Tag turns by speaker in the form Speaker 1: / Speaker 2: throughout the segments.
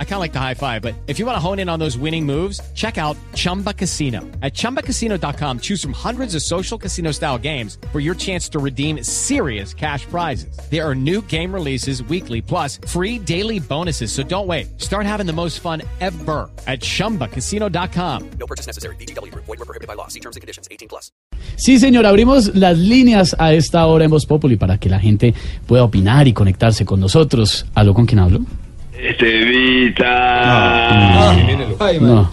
Speaker 1: I kind of like the high five, but if you want to hone in on those winning moves, check out Chumba Casino. At chumbacasino.com, choose from hundreds of social casino style games for your chance to redeem serious cash prizes. There are new game releases weekly, plus free daily bonuses. So don't wait. Start having the most fun ever at chumbacasino.com.
Speaker 2: No purchase necessary. BGW. Void were prohibited by law. See terms and conditions. 18 plus.
Speaker 3: Sí, señor, abrimos las líneas a esta hora en Voz Populi para que la gente pueda opinar y conectarse con nosotros. ¿Aló con quién hablo?
Speaker 4: Estevita.
Speaker 3: No.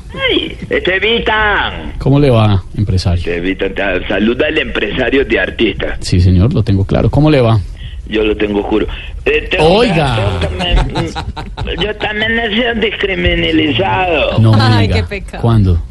Speaker 4: Estevita.
Speaker 3: ¿Cómo le va, empresario?
Speaker 4: Estevita, te saluda el empresario de artistas.
Speaker 3: Sí, señor, lo tengo claro. ¿Cómo le va?
Speaker 4: Yo lo tengo juro. Eh, tengo-
Speaker 3: Oiga.
Speaker 4: Yo también, yo también he sido discriminalizado.
Speaker 3: No, me
Speaker 5: Ay,
Speaker 3: diga.
Speaker 5: qué pecado.
Speaker 3: ¿Cuándo?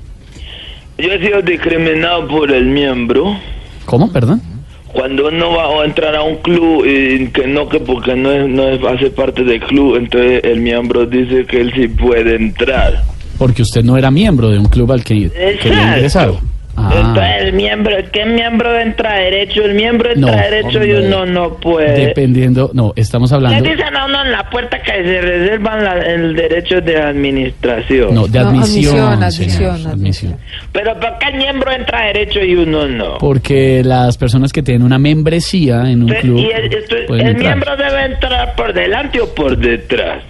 Speaker 4: Yo he sido discriminado por el miembro.
Speaker 3: ¿Cómo, perdón?
Speaker 4: Cuando uno va a entrar a un club y que no, que porque no, es- no es- hace parte del club, entonces el miembro dice que él sí puede entrar.
Speaker 3: Porque usted no era miembro de un club al que quería
Speaker 4: Exacto.
Speaker 3: ingresar. Ah,
Speaker 4: Entonces el miembro, ¿qué miembro entra derecho? El miembro entra
Speaker 3: No,
Speaker 4: derecho y uno no puede.
Speaker 3: dependiendo, no, estamos
Speaker 4: Le
Speaker 3: hablando
Speaker 4: dicen a uno en la puerta que se reservan la- el derecho de administración.
Speaker 3: no, de
Speaker 5: No,
Speaker 3: admisión,
Speaker 5: admisión,
Speaker 3: señor,
Speaker 5: admisión,
Speaker 3: admisión.
Speaker 4: Pero ¿por qué el miembro entra derecho y uno no?
Speaker 3: Porque las personas que tienen una membresía en un
Speaker 4: Entonces,
Speaker 3: club
Speaker 4: Pues, y el, esto-
Speaker 3: pueden
Speaker 4: el
Speaker 3: entrar.
Speaker 4: miembro debe entrar por delante o por detrás.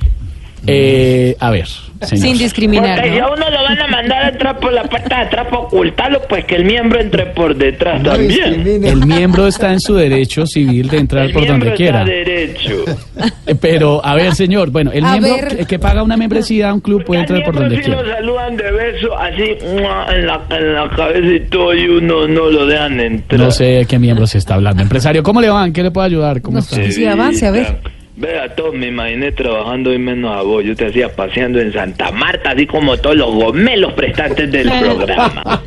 Speaker 3: Eh, a ver, señor.
Speaker 5: Sin discriminar,
Speaker 4: Porque si a
Speaker 5: ¿no?
Speaker 4: uno lo van a mandar a entrar por la puerta de atrás para ocultarlo, pues que el miembro entre por detrás también.
Speaker 3: El miembro está en su derecho civil de entrar
Speaker 4: El
Speaker 3: por
Speaker 4: miembro
Speaker 3: donde quiera.
Speaker 4: está derecho.
Speaker 3: Eh, Pero, a ver, señor, bueno, el
Speaker 5: A
Speaker 3: miembro
Speaker 5: ver.
Speaker 3: que, que paga una membresía a un club puede entrar por
Speaker 4: Al
Speaker 3: donde
Speaker 4: miembro sí
Speaker 3: quiera.
Speaker 4: lo saludan de beso, así ¡mua! en la, en la cabeza y todo, y uno no lo dejan entrar.
Speaker 3: No sé de qué miembro se está hablando. Empresario, ¿cómo le van? ¿Qué le puedo ayudar? ¿Cómo
Speaker 5: No
Speaker 3: está?
Speaker 5: sé. Sí, avance, a ver.
Speaker 4: Ve a todos, me imaginé trabajando y menos a vos. Yo te hacía paseando en Santa Marta, así como todos los gomelos prestantes del programa.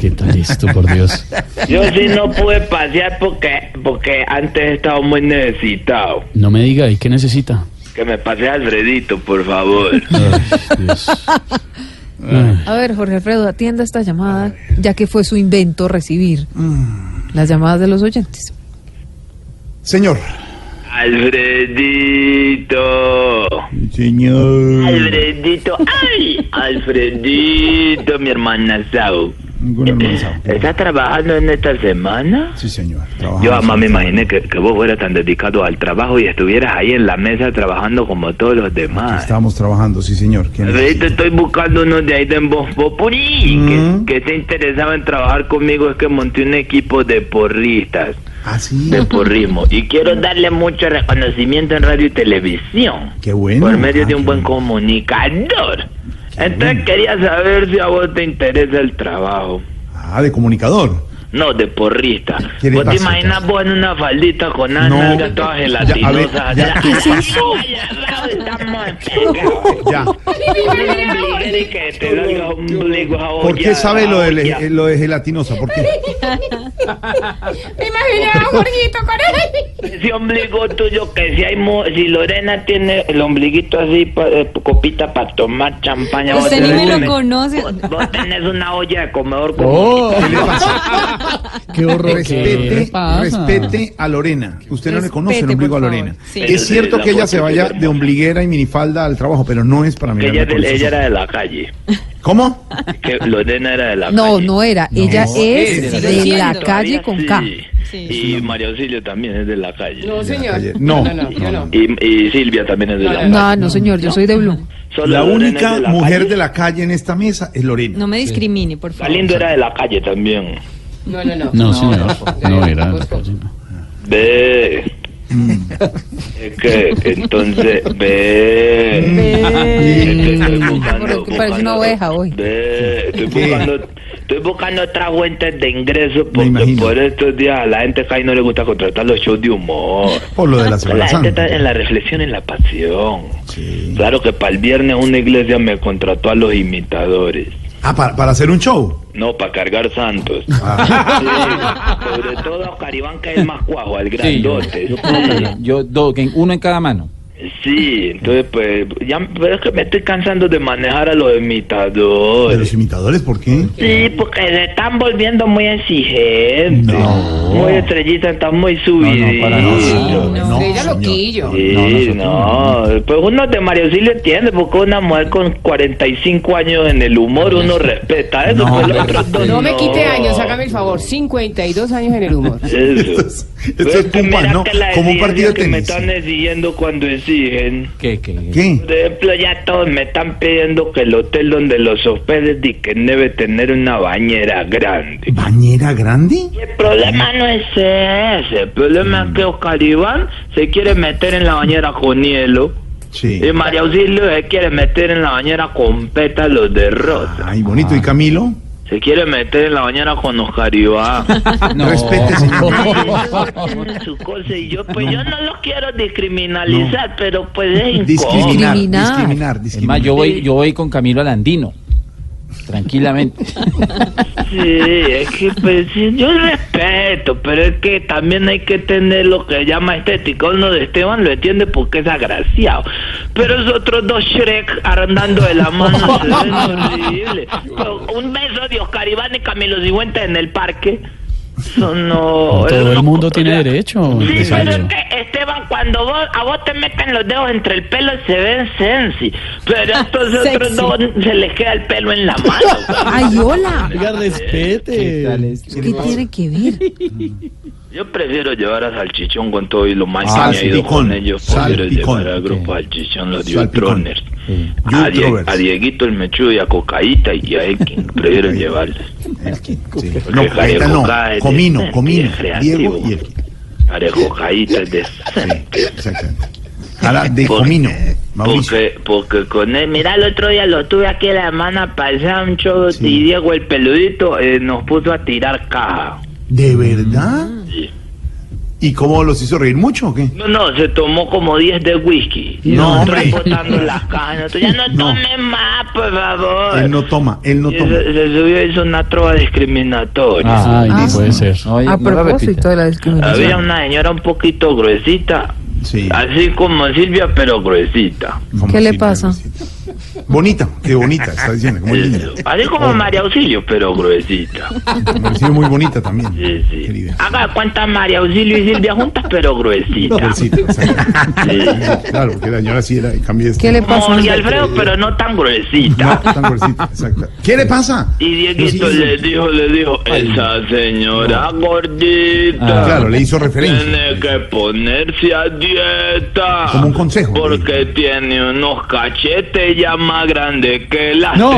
Speaker 3: ¿Qué tal esto, por Dios?
Speaker 4: Yo sí no pude pasear porque porque antes estaba muy necesitado.
Speaker 3: No me diga, ¿y qué necesita?
Speaker 4: Que me pase Alfredito, por favor.
Speaker 3: Ay, Dios. Ay,
Speaker 5: A ver, Jorge Alfredo, atienda esta llamada, ya que fue su invento recibir las llamadas de los oyentes.
Speaker 6: Señor.
Speaker 4: Alfredito.
Speaker 6: Señor.
Speaker 4: Alfredito. ¡Ay! Alfredito, mi hermana Sau. Eh, ¿Estás trabajando en esta semana?
Speaker 6: Sí, señor.
Speaker 4: Yo jamás me imaginé que, que vos fueras tan dedicado al trabajo y estuvieras ahí en la mesa trabajando como todos los demás.
Speaker 6: Estamos trabajando, sí, señor. ¿Quién
Speaker 4: Alfredito, estoy buscando uno de ahí de Voz Populi
Speaker 6: Mm.
Speaker 4: que, que esté interesado en trabajar conmigo. Es que monté un equipo de porristas,
Speaker 6: Ah, sí.
Speaker 4: de porrismo. Y quiero darle mucho reconocimiento en radio y televisión.
Speaker 6: Qué bueno.
Speaker 4: Por medio
Speaker 6: Ah,
Speaker 4: de un
Speaker 6: qué
Speaker 4: buen
Speaker 6: bueno.
Speaker 4: comunicador. Entonces
Speaker 6: bueno.
Speaker 4: quería saber si a vos te interesa el trabajo.
Speaker 6: Ah, de comunicador.
Speaker 4: No, de porrista.
Speaker 6: ¿Qué le
Speaker 4: ¿Vos te
Speaker 6: pasa,
Speaker 4: imaginas
Speaker 6: entonces?
Speaker 4: vos en una faldita con unas
Speaker 6: No.
Speaker 4: nalgas todas
Speaker 6: Ya, a ver,
Speaker 4: gelatinosas?
Speaker 6: ya,
Speaker 4: así?
Speaker 6: ¿qué es
Speaker 4: Ay, ay, ay, estamos pegados.
Speaker 6: Ya.
Speaker 4: Un ombligo y que te salga un ombligo a
Speaker 6: ¿Por qué
Speaker 4: olla,
Speaker 6: sabe lo de,
Speaker 4: olla.
Speaker 6: le- lo de gelatinosa? ¿Por qué?
Speaker 7: Me imaginé a Jorgito con él.
Speaker 4: Ese ombligo tuyo que si hay mo- si Lorena tiene el ombliguito así, pa- eh, copita para tomar champaña. vos
Speaker 5: Usted ni
Speaker 4: tenés
Speaker 5: me lo
Speaker 4: una-
Speaker 5: conoce.
Speaker 4: Vos, vos tenés una olla de comedor como...
Speaker 3: Oh,
Speaker 6: ¿Qué le pasa?
Speaker 3: qué horror. ¿Qué le
Speaker 6: Respete,
Speaker 3: pasa?
Speaker 6: respete a Lorena. Usted no le
Speaker 5: Respete,
Speaker 6: conoce el
Speaker 5: por
Speaker 6: ombligo a
Speaker 5: favor.
Speaker 6: Lorena.
Speaker 5: Sí.
Speaker 6: Es cierto que ella se vaya de ombliguera y minifalda al trabajo, pero no es para
Speaker 4: Que
Speaker 6: mirar
Speaker 4: ella,
Speaker 6: la
Speaker 4: era- ella
Speaker 6: conversación.
Speaker 4: era de la calle.
Speaker 6: ¿Cómo?
Speaker 4: Que Lorena era de la calle.
Speaker 5: No, no era. Ella
Speaker 6: No,
Speaker 5: es era.
Speaker 7: Sigue
Speaker 5: de la
Speaker 7: siendo.
Speaker 5: calle con
Speaker 4: Sí.
Speaker 5: K.
Speaker 7: Sí.
Speaker 4: Y María Auxilio también es de la calle.
Speaker 7: No, señor.
Speaker 6: Ayer- No.
Speaker 7: no, no, yo no.
Speaker 4: Y, y Silvia también es de la calle.
Speaker 5: No, no, señor, yo soy de Blue.
Speaker 4: Solo
Speaker 6: La
Speaker 4: Lorena
Speaker 6: única
Speaker 4: es de la
Speaker 6: mujer
Speaker 4: calle.
Speaker 6: de la calle en esta mesa es Lorena.
Speaker 7: No me discrimine, por favor.
Speaker 4: Galindo era de la calle también.
Speaker 7: No, no, no.
Speaker 3: No, señor. No, era.
Speaker 4: Ve. Es que, entonces, ve. Es que estoy buscando-
Speaker 5: Porque parece una
Speaker 4: buscando-
Speaker 5: oveja hoy.
Speaker 4: Ve, estoy
Speaker 6: ¿Qué?
Speaker 4: buscando, estoy buscando otras fuentes de ingresos porque
Speaker 6: imagino.
Speaker 4: por estos días a la gente que ahí no le gusta contratar los shows de humor.
Speaker 6: Por lo de la
Speaker 4: Ah, La
Speaker 6: Semana
Speaker 4: gente
Speaker 6: Santa.
Speaker 4: está en la reflexión, en la pasión.
Speaker 6: Sí.
Speaker 4: Claro que para el viernes una iglesia me contrató a los imitadores.
Speaker 6: Ah, para, para hacer un show.
Speaker 4: No, para cargar santos.
Speaker 6: Ah.
Speaker 4: Sí, sobre todo a Caribán, que es el más cuajo, al grandote.
Speaker 8: Yo, yo, do- que uno en cada mano.
Speaker 4: Sí, entonces pues ya pero es que me estoy cansando de manejar a los
Speaker 6: ¿De
Speaker 4: imitadores.
Speaker 6: los imitadores por qué?
Speaker 4: Sí, porque se están volviendo muy exigentes.
Speaker 6: No.
Speaker 4: Muy estrellitas, están muy
Speaker 6: No,
Speaker 4: subidos.
Speaker 6: no, para
Speaker 7: no,
Speaker 6: nosotros.
Speaker 7: no, estrella
Speaker 6: señor.
Speaker 7: loquillo.
Speaker 4: Sí,
Speaker 6: nosotros
Speaker 4: no, pues uno de Mario sí lo entiende, porque una mujer con 45 años en el humor uno respeta eso,
Speaker 6: No,
Speaker 4: pues los
Speaker 6: no,
Speaker 4: otros dos
Speaker 7: No me quite años, hágame el favor. 52 años en el humor.
Speaker 4: Eso. Pues
Speaker 6: Esto es- esto es
Speaker 4: que mira
Speaker 6: como un pan,
Speaker 4: que
Speaker 6: ¿no?
Speaker 4: la
Speaker 6: Como un
Speaker 4: exigencia
Speaker 6: partido de
Speaker 4: que me
Speaker 6: tenis.
Speaker 4: están exigiendo cuando exigen.
Speaker 8: ¿Qué, qué?
Speaker 6: ¿Qué?
Speaker 4: Por ejemplo, ya todos me están pidiendo que el hotel donde los hospedes di que debe tener una bañera grande.
Speaker 6: ¿Bañera grande?
Speaker 4: El problema no es ese, el problema es que Oscar Iván se quiere meter en la bañera con hielo
Speaker 6: Sí.
Speaker 4: y María Auxilio se quiere meter en la bañera con pétalos de rosa.
Speaker 6: Ay, bonito. ¿Y Camilo?
Speaker 4: Se quiere meter en la bañera con Oscar Iván.
Speaker 6: Respete, señor.
Speaker 4: Tienen su cosa y yo pues yo no los quiero discriminalizar, pero pues es incómodo.
Speaker 5: Discriminar.
Speaker 6: Discriminar, discriminar,
Speaker 8: Es más,
Speaker 6: discriminar.
Speaker 8: yo voy, yo voy con Camilo al Andino. Tranquilamente.
Speaker 4: Sí, es que pues sí, yo respeto, pero es que también hay que tener lo que llama estético. Uno de Esteban lo entiende porque es agraciado. Pero esos otros dos Shrek andando de la mano se ven horribles. Pero Un beso de Oscar Iván y Camilo Sigüenza en el parque. Eso no. eso
Speaker 3: Todo el
Speaker 4: no-
Speaker 3: mundo tiene derecho.
Speaker 4: Sí, pero
Speaker 3: empresario.
Speaker 4: es que, Esteban, cuando vos, a vos te meten los dedos entre el pelo se ven sensi, pero a estos otros
Speaker 5: Sexy.
Speaker 4: dos se les queda el pelo en la mano.
Speaker 5: Ay, hola.
Speaker 3: Oiga, respete.
Speaker 5: ¿Qué tiene que ver?
Speaker 4: Yo prefiero llevar a Salchichón con todo y lo mal
Speaker 6: Ah,
Speaker 4: que me ha ido
Speaker 6: salpicón,
Speaker 4: con ellos. Prefiero
Speaker 6: salpicón.
Speaker 4: llevar al grupo Salchichón, los
Speaker 6: Salpicón.
Speaker 4: Diutroners. A, Die-
Speaker 6: Youtubers.
Speaker 4: a Dieguito el Mechudo y a Cocaíta y a Elkin. prefiero llevarles.
Speaker 6: Elkin, sí.
Speaker 4: Porque
Speaker 6: No,
Speaker 4: Jarejo
Speaker 6: Caeta no.
Speaker 4: cae de-
Speaker 6: Comino,
Speaker 4: de
Speaker 6: Comino.
Speaker 4: eh, creativo.
Speaker 6: Diego y Elkin.
Speaker 4: Haré Cocaíta es decente.
Speaker 6: Exactamente. Jala de
Speaker 4: Por-
Speaker 6: Comino. Mauricio.
Speaker 4: Porque, porque con él, mira, el otro día lo tuve aquí la semana pasada, un show, y Diego el peludito eh, nos puso a tirar caja.
Speaker 6: ¿De verdad?
Speaker 4: Sí.
Speaker 6: ¿Y cómo los hizo reír mucho o qué?
Speaker 4: No, no, se tomó como 10 de whisky. Y
Speaker 6: No,
Speaker 4: nosotros
Speaker 6: hombre.
Speaker 4: botando las cajas. nosotros, ya no,
Speaker 6: No.
Speaker 4: tomes más, por favor.
Speaker 6: Él no toma, él no
Speaker 4: Y
Speaker 6: toma.
Speaker 4: se, se subió hizo una trova discriminatoria.
Speaker 3: Ay, no
Speaker 5: Ah,
Speaker 3: puede ser.
Speaker 8: No,
Speaker 5: A
Speaker 8: no lo repita.
Speaker 5: propósito de la
Speaker 4: Había
Speaker 5: discriminación.
Speaker 4: una señora un poquito gruesita,
Speaker 6: Sí.
Speaker 4: así como Silvia, pero gruesita.
Speaker 6: Como
Speaker 5: ¿Qué le
Speaker 6: sí,
Speaker 5: pasa?
Speaker 6: sí. Bonita, qué bonita, está diciendo, muy linda.
Speaker 4: Así como María Auxilio, pero gruesita.
Speaker 6: Me pareció muy bonita también.
Speaker 4: Sí, Ah, sí.
Speaker 6: Querida.
Speaker 4: Haga de cuenta María Auxilio y Silvia juntas, pero gruesita.
Speaker 6: Pobrecita, o sea,
Speaker 4: Sí.
Speaker 6: Claro, porque la señora sí era, cambié de
Speaker 5: ¿Qué le
Speaker 6: estilo.
Speaker 5: pasa?
Speaker 4: Como Jorge Alfredo, pero no tan
Speaker 6: No,
Speaker 4: gruesita.
Speaker 6: tan gordita, exacto. ¿Qué le pasa?
Speaker 4: Y Dieguito
Speaker 6: Sí, sí, sí.
Speaker 4: le dijo, le dijo, esa señora gordita.
Speaker 6: Ah, Claro, le hizo referencia.
Speaker 4: Tiene que ponerse a dieta.
Speaker 6: Como un consejo.
Speaker 4: Porque tiene unos cachetes ya más grandes que las.
Speaker 3: No.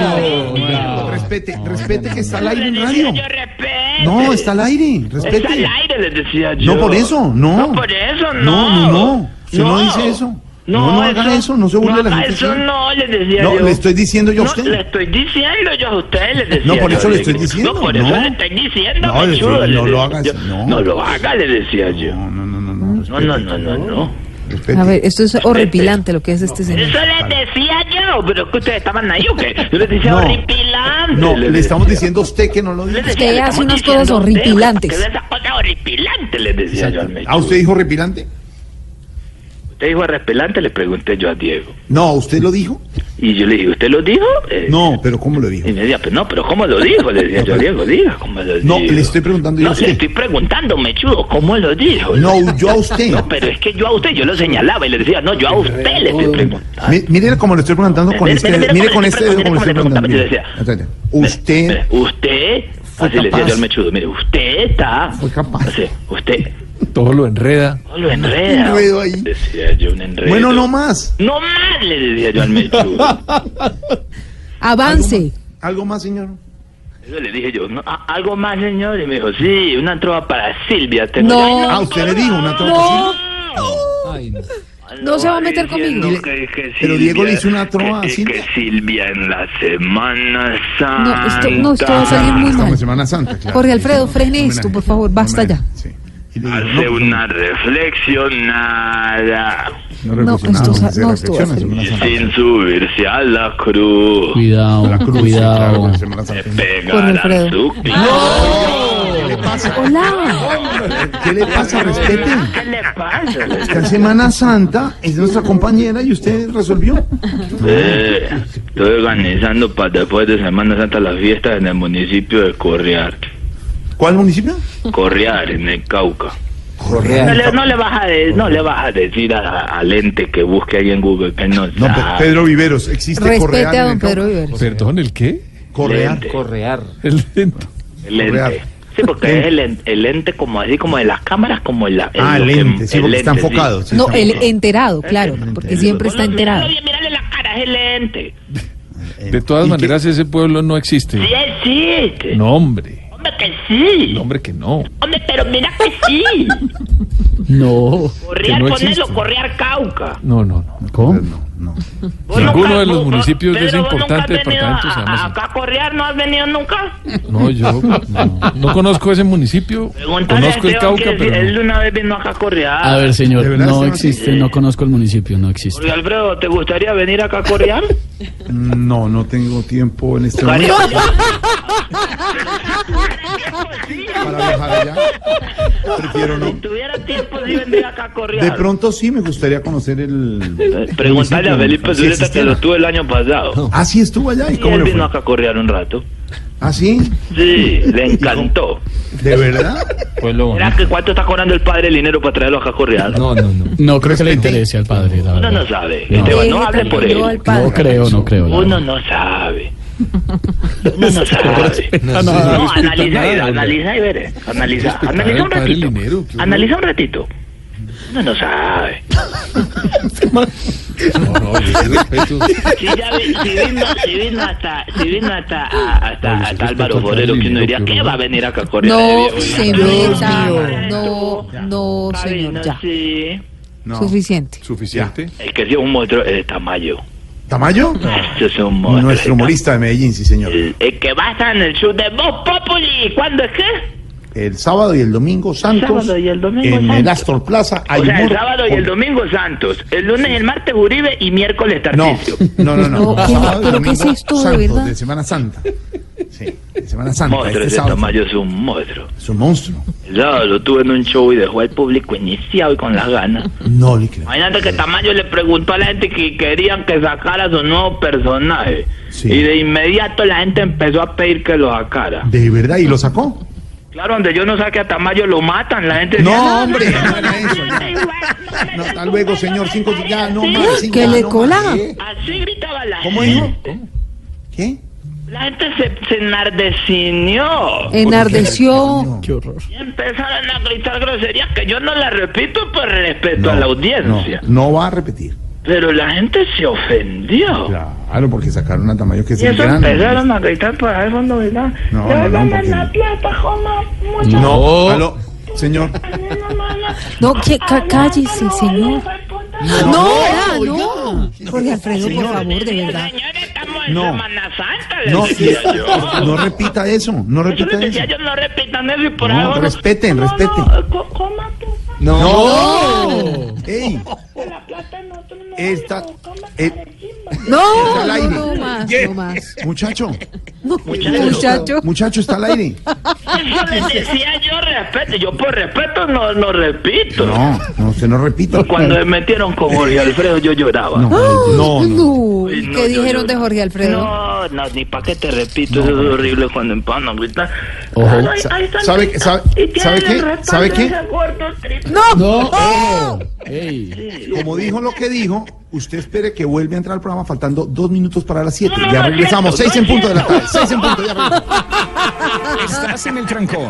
Speaker 4: Oh.
Speaker 6: Respete, respete que está al aire en
Speaker 4: Le
Speaker 6: radio.
Speaker 4: decía yo, "Respete".
Speaker 6: No, está al aire,
Speaker 4: Es al
Speaker 6: respete.
Speaker 4: aire, les decía yo.
Speaker 6: No por eso, no.
Speaker 4: No por eso, no.
Speaker 6: No, no, no. Usted no dice eso.
Speaker 4: No,
Speaker 6: No, no haga eso, no se burle de la
Speaker 4: haga
Speaker 6: gente
Speaker 4: Eso
Speaker 6: así.
Speaker 4: no, les decía
Speaker 6: No,
Speaker 4: yo.
Speaker 6: le estoy diciendo yo a
Speaker 4: No,
Speaker 6: usted.
Speaker 4: le estoy diciendo yo a ustedes, les decía
Speaker 6: No, por
Speaker 4: yo,
Speaker 6: eso le estoy
Speaker 4: digo.
Speaker 6: diciendo,
Speaker 4: No, por
Speaker 6: no.
Speaker 4: eso le estoy diciendo,
Speaker 6: No,
Speaker 4: me
Speaker 6: le
Speaker 4: chulo,
Speaker 6: estoy- no
Speaker 4: le
Speaker 6: lo
Speaker 4: decía
Speaker 6: hagas,
Speaker 4: yo.
Speaker 6: no.
Speaker 4: No lo haga, le decía yo.
Speaker 6: No, no, no, no, no.
Speaker 4: No,
Speaker 6: respete.
Speaker 4: no, no, no, no.
Speaker 6: Respete.
Speaker 5: A ver, esto es horripilante lo que es este señor.
Speaker 4: Eso les decía yo, pero que ustedes estaban ahí, ¿o qué? Yo les decía
Speaker 6: No.
Speaker 4: horripilante.
Speaker 6: No,
Speaker 4: les
Speaker 6: le estamos
Speaker 4: decía.
Speaker 6: diciendo a usted que no lo
Speaker 4: Les
Speaker 6: diga.
Speaker 4: decía,
Speaker 5: Usted
Speaker 4: le
Speaker 5: hace
Speaker 4: estamos
Speaker 5: unas
Speaker 4: diciendo
Speaker 5: cosas
Speaker 4: a ustedes,
Speaker 5: horripilantes.
Speaker 4: que Esas cosas horripilantes, les decía yo al
Speaker 6: ¿A
Speaker 4: Mechudo.
Speaker 6: Ah, usted dijo repilante?
Speaker 4: Usted dijo repelante, le pregunté yo a Diego.
Speaker 6: No, ¿usted lo dijo?
Speaker 4: Y yo le dije, ¿usted lo dijo? Eh,
Speaker 6: No, pero ¿cómo lo dijo?
Speaker 4: Y me decía, pues no, pero ¿cómo lo dijo? Le decía
Speaker 6: No,
Speaker 4: yo,
Speaker 6: pero-
Speaker 4: Diego, diga, ¿cómo lo
Speaker 6: No,
Speaker 4: dijo?
Speaker 6: le estoy preguntando yo
Speaker 4: No,
Speaker 6: a
Speaker 4: le
Speaker 6: usted.
Speaker 4: estoy preguntando, mechudo, ¿cómo lo dijo?
Speaker 6: No, yo a usted.
Speaker 4: No, pero es que yo a usted, yo lo señalaba y le decía, no, yo a usted le estoy preguntando.
Speaker 6: Mi- Mire cómo le estoy preguntando con
Speaker 4: Mire,
Speaker 6: este
Speaker 4: mire, mire
Speaker 6: dedo. Mire
Speaker 4: cómo
Speaker 6: con
Speaker 4: le
Speaker 6: este
Speaker 4: estoy
Speaker 6: dedo cómo le estoy
Speaker 4: preguntando,
Speaker 6: preguntando.
Speaker 4: mire
Speaker 6: Mire,
Speaker 4: cómo
Speaker 6: espérate.
Speaker 4: Mire,
Speaker 6: Usted.
Speaker 4: usted,
Speaker 6: Fue
Speaker 4: así le decía
Speaker 6: capaz.
Speaker 4: yo al mechudo, mire, usted está.
Speaker 6: Fue capaz.
Speaker 4: Así, usted,
Speaker 8: Todo lo enreda.
Speaker 4: no lo enreda.
Speaker 6: Enredo ahí.
Speaker 4: Decía yo un enredo.
Speaker 6: Bueno, no más.
Speaker 4: No más le decía yo al mechudo.
Speaker 5: Avance.
Speaker 6: ¿Algo más, señor?
Speaker 4: Eso le dije yo, ¿no? ¿A- ¿algo más, señor? Y me dijo, sí, una trova para Silvia. tengo".
Speaker 5: No.
Speaker 4: Ay,
Speaker 6: Ah, usted le dijo una trova
Speaker 5: No, Ah,
Speaker 8: Ay, no.
Speaker 5: no se va a meter
Speaker 4: diciendo
Speaker 5: conmigo.
Speaker 4: que- que
Speaker 6: Pero
Speaker 4: Silvia-
Speaker 6: Diego le hizo una trova
Speaker 4: que-
Speaker 6: a Silvia.
Speaker 4: Que Silvia en la Semana Santa.
Speaker 5: No, esto- no, esto va a salir muy
Speaker 6: Ah, Estamos en
Speaker 5: mal.
Speaker 6: Semana Santa, claro.
Speaker 5: Jorge Alfredo, frene
Speaker 6: Homenaje.
Speaker 5: esto, por favor, basta
Speaker 6: Homenaje,
Speaker 5: ya.
Speaker 6: sí. Y le digo, no,
Speaker 4: Hace
Speaker 6: pues,
Speaker 4: una reflexionada
Speaker 6: No,
Speaker 5: No,
Speaker 6: reflexionamos,
Speaker 5: esto-
Speaker 6: se
Speaker 5: no, esto va a
Speaker 6: reflexiona en Semana Santa.
Speaker 4: sin subirse a la cruz.
Speaker 3: Cuidado,
Speaker 6: La cruz, sí, claro,
Speaker 3: cuidado.
Speaker 6: en Semana Santa.
Speaker 4: Pegar a
Speaker 5: Alfredo.
Speaker 4: su
Speaker 6: ¿Qué le pasa?
Speaker 5: Hola.
Speaker 6: ¿Qué le pasa? Respeten.
Speaker 4: ¿Qué le pasa?
Speaker 6: Está en Semana Santa, es nuestra compañera y usted resolvió.
Speaker 4: Eh, estoy organizando para después de Semana Santa las fiestas en el municipio de Correar.
Speaker 6: ¿Cuál municipio?
Speaker 4: Correar, en el Cauca. No
Speaker 6: Correa.
Speaker 4: le, no le vas a de- no le vas a decir a- al ente que busque ahí en Google que no,
Speaker 6: No, Pe-
Speaker 4: sabe.
Speaker 6: Pedro Viveros, existe Este Correa.
Speaker 5: Respete a don Pedro Viveros.
Speaker 9: Perdón, ¿el qué?
Speaker 6: Correa.
Speaker 4: Lente.
Speaker 8: Correar.
Speaker 9: El lento.
Speaker 4: El ente.
Speaker 6: Correal.
Speaker 4: Sí, porque es el, en- el ente como así, como de las cámaras, como en la... en
Speaker 6: Ah,
Speaker 4: lo que-
Speaker 6: lente, sí,
Speaker 4: el
Speaker 6: porque está
Speaker 4: lente, sí.
Speaker 6: enfocado. sí,
Speaker 5: No,
Speaker 6: está
Speaker 5: el
Speaker 6: enfocado.
Speaker 5: enterado, claro, porque siempre está
Speaker 4: Ponlo-
Speaker 5: enterado.
Speaker 4: ponlo bien, mírale la cara, es el ente.
Speaker 9: De todas
Speaker 6: ¿Y qué?
Speaker 9: maneras, ese pueblo no existe.
Speaker 4: Sí existe.
Speaker 9: No, hombre.
Speaker 4: este. Hombre, que sí.
Speaker 9: No, hombre, que no.
Speaker 4: Hombre, pero mira que sí.
Speaker 3: No.
Speaker 4: Correar,
Speaker 9: no
Speaker 4: ponelo,
Speaker 9: existe.
Speaker 4: Correar Cauca.
Speaker 9: No, no, pues, no.
Speaker 3: ¿Cómo?
Speaker 4: Vos
Speaker 9: Ninguno
Speaker 4: nunca-
Speaker 9: de los
Speaker 4: vos-
Speaker 9: municipios de ese
Speaker 4: Pedro, vos nunca
Speaker 9: importante
Speaker 4: has venido
Speaker 9: departamento se
Speaker 4: a-
Speaker 9: llama
Speaker 4: a-
Speaker 9: así.
Speaker 4: Acá a Correar no has venido nunca.
Speaker 9: No, yo no, no conozco ese municipio.
Speaker 4: Pregúntale a
Speaker 9: Conozco el
Speaker 4: Esteban
Speaker 9: Cauca,
Speaker 4: que si él
Speaker 9: pero.
Speaker 4: de
Speaker 9: no.
Speaker 4: una vez vino acá a Correar.
Speaker 3: A ver, señor,
Speaker 6: ¿De verdad
Speaker 3: no
Speaker 6: se llama
Speaker 3: existe,
Speaker 4: así?
Speaker 3: no conozco el municipio, no existe.
Speaker 4: Jorge Alfredo, ¿te gustaría venir acá a Correar?
Speaker 6: No, no tengo tiempo en este
Speaker 4: Cariño.
Speaker 6: momento para viajar allá. Prefiero
Speaker 4: Si
Speaker 6: no.
Speaker 4: tuviera tiempo, sí vendría acá a Correar.
Speaker 6: De pronto sí me gustaría conocer el.
Speaker 4: Preguntarle Eh, a
Speaker 6: municipio,
Speaker 4: Felipe
Speaker 6: si
Speaker 4: Zuleta que
Speaker 6: existiera.
Speaker 4: lo tuve el año pasado.
Speaker 6: Ah, sí, estuvo allá. ¿Y
Speaker 4: Y
Speaker 6: cómo
Speaker 4: él
Speaker 6: le
Speaker 4: vino
Speaker 6: fue?
Speaker 4: acá a Correar un rato.
Speaker 6: Ah, sí.
Speaker 4: Sí, le encantó.
Speaker 6: ¿De verdad?
Speaker 8: Pueblo
Speaker 4: ¿Será
Speaker 8: bonito.
Speaker 4: que cuánto está cobrando el padre el dinero para traerlo acá a Correar?
Speaker 8: No, no, no.
Speaker 3: No creo que le interese al padre, la
Speaker 4: Uno
Speaker 3: verdad.
Speaker 4: no sabe. Esteban, no
Speaker 5: Deje
Speaker 4: hable por
Speaker 5: tranquilo al
Speaker 4: él.
Speaker 5: padre.
Speaker 3: No creo, no creo. la
Speaker 4: Uno
Speaker 3: verdad.
Speaker 4: no sabe. Uno no sabe. No, analiza, y- analiza y veré. Analiza,
Speaker 9: Respetar
Speaker 4: analiza
Speaker 9: al
Speaker 4: un
Speaker 9: padre
Speaker 4: ratito.
Speaker 9: Linero, qué
Speaker 4: Analiza un ratito. Uno no sabe.
Speaker 9: No, no, yo sí respeto.
Speaker 4: Si, ya vi- si vino, si vino hasta, si vino hasta, a- hasta,
Speaker 9: Oye, sí,
Speaker 4: hasta
Speaker 9: respeto
Speaker 4: Álvaro
Speaker 9: al padre
Speaker 4: Forero, que uno
Speaker 9: Linero,
Speaker 4: diría,
Speaker 9: qué
Speaker 4: ¿qué
Speaker 9: bueno.
Speaker 4: va a venir acá a Correa?
Speaker 5: No se
Speaker 4: Dios
Speaker 5: meta.
Speaker 4: mío.
Speaker 5: No, no, señor, ya.
Speaker 4: Sí.
Speaker 6: No.
Speaker 5: Suficiente.
Speaker 9: Suficiente.
Speaker 4: Es que si es un monstruo, es Tamayo.
Speaker 6: ¿Tamayo?
Speaker 4: Eso es un monstruo.
Speaker 6: Nuestro humorista de Medellín, sí, señor.
Speaker 4: El, el que basa en el show de Voz Populi. ¿Cuándo es que?
Speaker 6: El sábado y el domingo Santos.
Speaker 4: Sábado y el domingo
Speaker 6: En el
Speaker 4: Santos.
Speaker 6: Astor Plaza. hay
Speaker 4: O sea, el
Speaker 6: humor
Speaker 4: sábado y
Speaker 6: con-
Speaker 4: el domingo Santos, el lunes y el martes Uribe y miércoles
Speaker 6: No,
Speaker 4: Tarcisio.
Speaker 6: no, no, no.
Speaker 5: No, ¿qué-
Speaker 6: Sábado y
Speaker 5: pero qué es
Speaker 6: domingo
Speaker 5: esto, de
Speaker 6: Santos,
Speaker 5: verdad?
Speaker 6: De Semana Santa. Sí, de Semana Santa.
Speaker 4: Monstruo,
Speaker 6: este
Speaker 4: ese
Speaker 6: sábado.
Speaker 4: Tamayo es un monstruo.
Speaker 6: Es un monstruo.
Speaker 4: El sábado lo tuve en un show y dejó al público iniciado y con las ganas.
Speaker 6: No le creo.
Speaker 4: Imagínate que Tamayo le preguntó a la gente que querían que sacara su nuevo personaje.
Speaker 6: Sí.
Speaker 4: Y de inmediato la gente empezó a pedir que lo sacara.
Speaker 6: ¿De verdad? ¿Y lo sacó?
Speaker 4: Claro, donde yo no saque a Tamayo lo matan. La gente
Speaker 6: No,
Speaker 4: decía,
Speaker 6: hombre, no era
Speaker 4: no,
Speaker 6: eso,
Speaker 4: no,
Speaker 6: no.
Speaker 4: igual, no,
Speaker 6: No,
Speaker 4: no,
Speaker 6: hasta
Speaker 4: no,
Speaker 6: luego,
Speaker 4: no,
Speaker 6: señor.
Speaker 4: no,
Speaker 6: Cinco,
Speaker 4: no,
Speaker 6: ya, no
Speaker 4: sí.
Speaker 6: más. sí,
Speaker 5: Que
Speaker 6: ya,
Speaker 5: le
Speaker 6: no
Speaker 5: cola.
Speaker 6: más, ¿eh?
Speaker 4: Así gritaba la
Speaker 6: ¿Cómo
Speaker 4: gente.
Speaker 6: dijo? ¿Qué?
Speaker 4: La gente se, se enardeciñó.
Speaker 5: Enardeció.
Speaker 3: Qué horror.
Speaker 4: Y empezaron a gritar groserías que yo no las repito por respeto a la
Speaker 6: No,
Speaker 4: audiencia.
Speaker 6: no va a repetir.
Speaker 4: Pero la gente se ofendió.
Speaker 6: Claro, porque sacaron a Tamayo que es
Speaker 4: Y
Speaker 6: el
Speaker 4: eso
Speaker 6: gran.
Speaker 4: empezaron a gritar por ahí fondo, ¿verdad?
Speaker 6: No,
Speaker 4: Le
Speaker 6: no, no,
Speaker 4: van a
Speaker 6: porque
Speaker 4: la
Speaker 6: no.
Speaker 4: plata, Joma, mucho.
Speaker 6: No, aló, señor.
Speaker 5: No, que, ca- cállese, señor. No, ya, no. Jorge Alfredo, por favor, de verdad.
Speaker 4: Señores, estamos en
Speaker 6: No.
Speaker 4: Semana Santa, les
Speaker 6: No,
Speaker 4: decía
Speaker 6: y-
Speaker 4: yo.
Speaker 6: no repita eso, no
Speaker 4: Yo les
Speaker 6: repita eso.
Speaker 4: decía yo, no repitan eso y por
Speaker 6: No,
Speaker 4: ahí fondo-
Speaker 6: respeten,
Speaker 4: No, no,
Speaker 6: respeten.
Speaker 4: co- coma tú,
Speaker 6: No. Ey,
Speaker 4: la plata nosotros no
Speaker 6: Esta-
Speaker 4: vamos, coma,
Speaker 6: eh,
Speaker 4: carecimba.
Speaker 5: No,
Speaker 6: al
Speaker 5: no,
Speaker 6: aire.
Speaker 5: no más, no más.
Speaker 6: muchacho,
Speaker 5: No, muchacho.
Speaker 6: muchacho está al aire.
Speaker 4: Eso les decía yo respeto. Yo por respeto no, no repito.
Speaker 6: No, no, usted no repita.
Speaker 4: Cuando me metieron con Jorge Alfredo yo lloraba.
Speaker 6: No, no, no.
Speaker 5: No,
Speaker 4: Uy, no,
Speaker 5: ¿qué
Speaker 4: yo
Speaker 5: dijeron de
Speaker 4: lloraba.
Speaker 5: Jorge Alfredo?
Speaker 4: No, no, ni para qué te repito, eso es horrible cuando empan a gritar.
Speaker 3: Ojo.
Speaker 4: Ay, ahí está
Speaker 6: ¿Sabe-
Speaker 4: mi-
Speaker 6: sabe-
Speaker 4: y tiene
Speaker 6: sabe qué?
Speaker 4: el respaldo
Speaker 6: ¿Sabe qué?
Speaker 4: ese gordo triste.
Speaker 3: No. Ey,
Speaker 6: Como dijo lo que dijo, usted espere que vuelva a entrar al programa faltando dos minutos para las siete.
Speaker 4: No, no,
Speaker 6: Ya
Speaker 4: no,
Speaker 6: regresamos,
Speaker 4: no,
Speaker 6: seis en punto de la
Speaker 4: no, no.
Speaker 6: tarde, seis en punto, ya regresamos.
Speaker 9: Estás en el trancón.